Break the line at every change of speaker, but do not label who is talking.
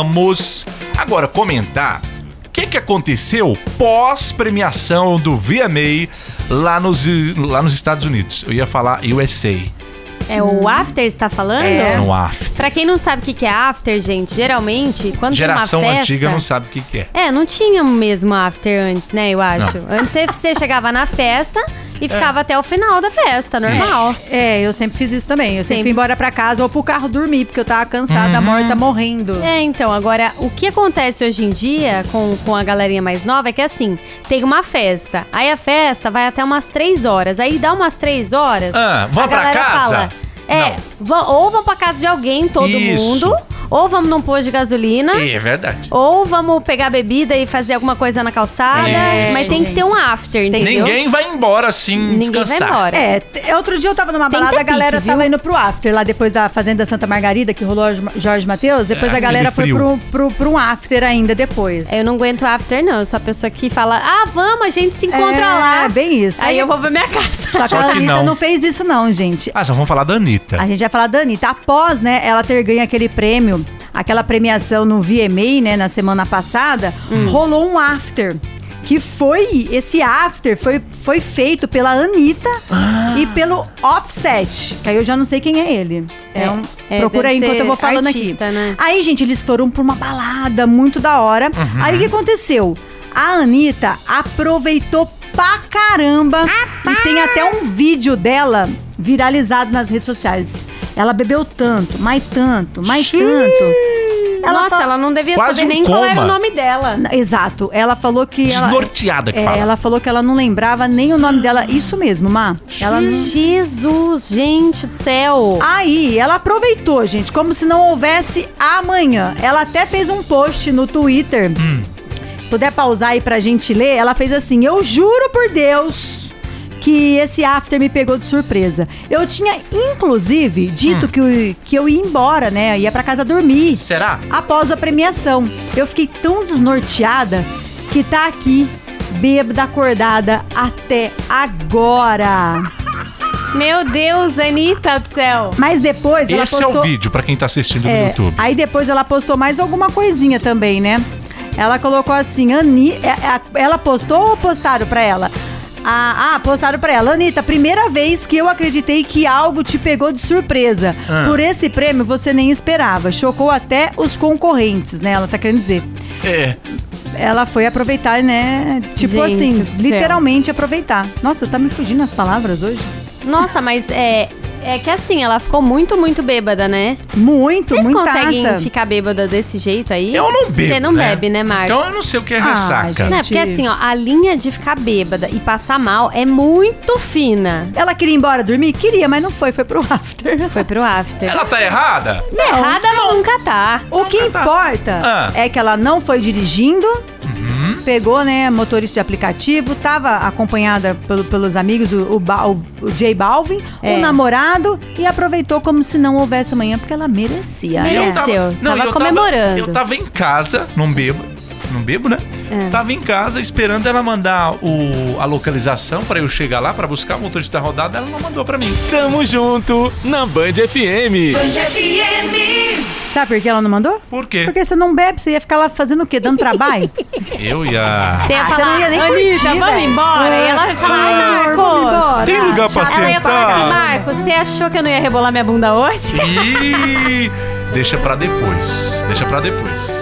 vamos agora comentar o que, que aconteceu pós-premiação do VMA lá nos, lá nos Estados Unidos. Eu ia falar USA.
É o after está falando?
É. No after.
Pra quem não sabe o que que é after, gente, geralmente, quando
Geração
tem uma festa...
antiga não sabe o que, que é.
É, não tinha mesmo after antes, né, eu acho. Antes você, você chegava na festa
É.
e ficava até o final da festa, normal.
É, eu sempre fiz isso também. Eu sempre,
Sempre.
fui embora pra casa ou pro carro dormir, porque eu tava
Uhum.
cansada, morta, morrendo.
É, então, agora, o que acontece hoje em dia com, com a galerinha mais nova é que, assim, tem uma festa. Aí a festa vai até umas três horas. Aí dá umas três horas,
Ah, vamos
a
pra
galera
casa?
fala...
Não.
É, va- ou vamos pra casa de alguém, todo
Isso.
mundo, ou vamos num posto de gasolina,
É verdade.
ou vamos pegar bebida e fazer alguma coisa na calçada.
Isso.
Mas tem que ter um after, entendeu?
Ninguém vai embora assim
Ninguém vai
descansar.
embora.
É, t- outro dia eu tava numa
Tem
balada, a
tapete,
galera
viu?
tava indo pro after, lá depois da Fazenda Santa Margarida, que rolou Jorge- Jorge Matheus. Depois
É,
a galera foi
aquele
pro, pro, pro um after ainda depois.
É, Eu não aguento after, não. Eu sou a pessoa que fala, ah, vamos, a gente se encontra
É,
lá.
bem isso.
Aí eu vou pra minha casa.
Só que
Só
a
que
Anitta
não.
não. fez isso, não, gente.
Ah, só vamos falar da Anitta.
A gente vai falar da Anitta. Após, né, ela ter ganho aquele prêmio, aquela premiação no VMA, né, na semana passada, rolou um after. Que foi, esse after foi, foi feito pela Anitta e pelo Offset. Que aí eu já não sei quem é ele. É,
É,
um,
é,
procura aí
deve
enquanto eu
ser
vou falando
artista,
aqui.
né?
Aí, gente, eles foram pra uma balada muito da hora.
Uhum.
Aí o que aconteceu? A Anitta aproveitou pra caramba. E tem até um vídeo dela viralizado nas redes sociais. Ela bebeu tanto, mais tanto, mais tanto.
Nossa,
fa-
ela não devia
Quase
saber
um
nem qual era o
coma.
nome dela.
Exato. Ela falou que. ela-
Desnorteada que
é,
fala.
ela falou que ela não lembrava nem o nome dela. Isso mesmo, Má. Ela não-
Jesus, gente do céu.
Aí, ela aproveitou, gente, como se não houvesse amanhã. Ela até fez um post no Twitter.
Hum.
Puder pausar aí pra gente ler, ela fez assim: Eu juro por Deus que esse after me pegou de surpresa. Eu tinha, inclusive, dito
Hum.
que, eu, que eu ia embora, né? Ia pra casa dormir
Será?
após a premiação. Eu fiquei tão desnorteada que tá aqui, bêbada acordada até agora.
Meu Deus, Anitta do céu.
Mas depois ela
Esse
postou...
é o vídeo pra quem tá assistindo no
É,
YouTube.
Aí depois ela postou mais alguma coisinha também, né? Ela colocou assim, Ani, é, é, ela postou ou postaram pra ela? Ah, ah, postaram pra ela. Anitta, primeira vez que eu acreditei que algo te pegou de surpresa.
Ah.
Por esse prêmio você nem esperava. Chocou até os concorrentes, né? Ela tá querendo dizer.
É.
Ela foi aproveitar, né? Tipo
Gente
assim,
do céu.
literalmente aproveitar. Nossa, tá me fugindo as palavras hoje?
Nossa, mas é. É que assim, ela ficou muito, muito bêbada, né?
Muito,
Vocês
muito
conseguem ficar bêbada desse jeito aí?
Eu não bebo.
Você não bebe, né, Marcos?
Então eu não sei o que é
Ah,
ressaca.
gente.
Não, é porque assim, ó, a linha de ficar bêbada e passar mal é muito fina.
Ela queria ir embora dormir? Queria, mas não foi, foi pro after.
Foi pro after.
Ela tá errada?
Errada ela nunca tá.
O que importa
Ah. Uhum.
é que ela não foi dirigindo, pegou, né, motorista de aplicativo, tava acompanhada pelo- pelos amigos, o, o, Ba- o- o J Balvin,
É.
o namorado, e aproveitou como se não houvesse amanhã, porque ela merecia.
E
É.
né?
eu tava,
Mereceu.
não,
Tava
eu
comemorando.
eu tava em casa, não bebo. Não bebo, né?
É.
Tava em casa esperando ela mandar o, a localização pra eu chegar lá pra buscar o motorista da rodada. Ela não mandou pra mim.
Tamo junto na Band FM.
Sabe por que ela não mandou?
Por quê?
Porque você não bebe, você ia ficar lá fazendo o quê? Dando trabalho?
Eu e a.
Você ia
Ah,
falar,
você não ia nem
Anitta,
curtir,
vamos
velho."
embora. E ela vai falar, ai,
Ah,
Marcos.
vamos embora.
Tem lugar pra
Ela ia falar assim,
sentar?
Marcos, você achou que eu não ia rebolar minha bunda hoje?
Ih, deixa pra depois. Deixa pra depois.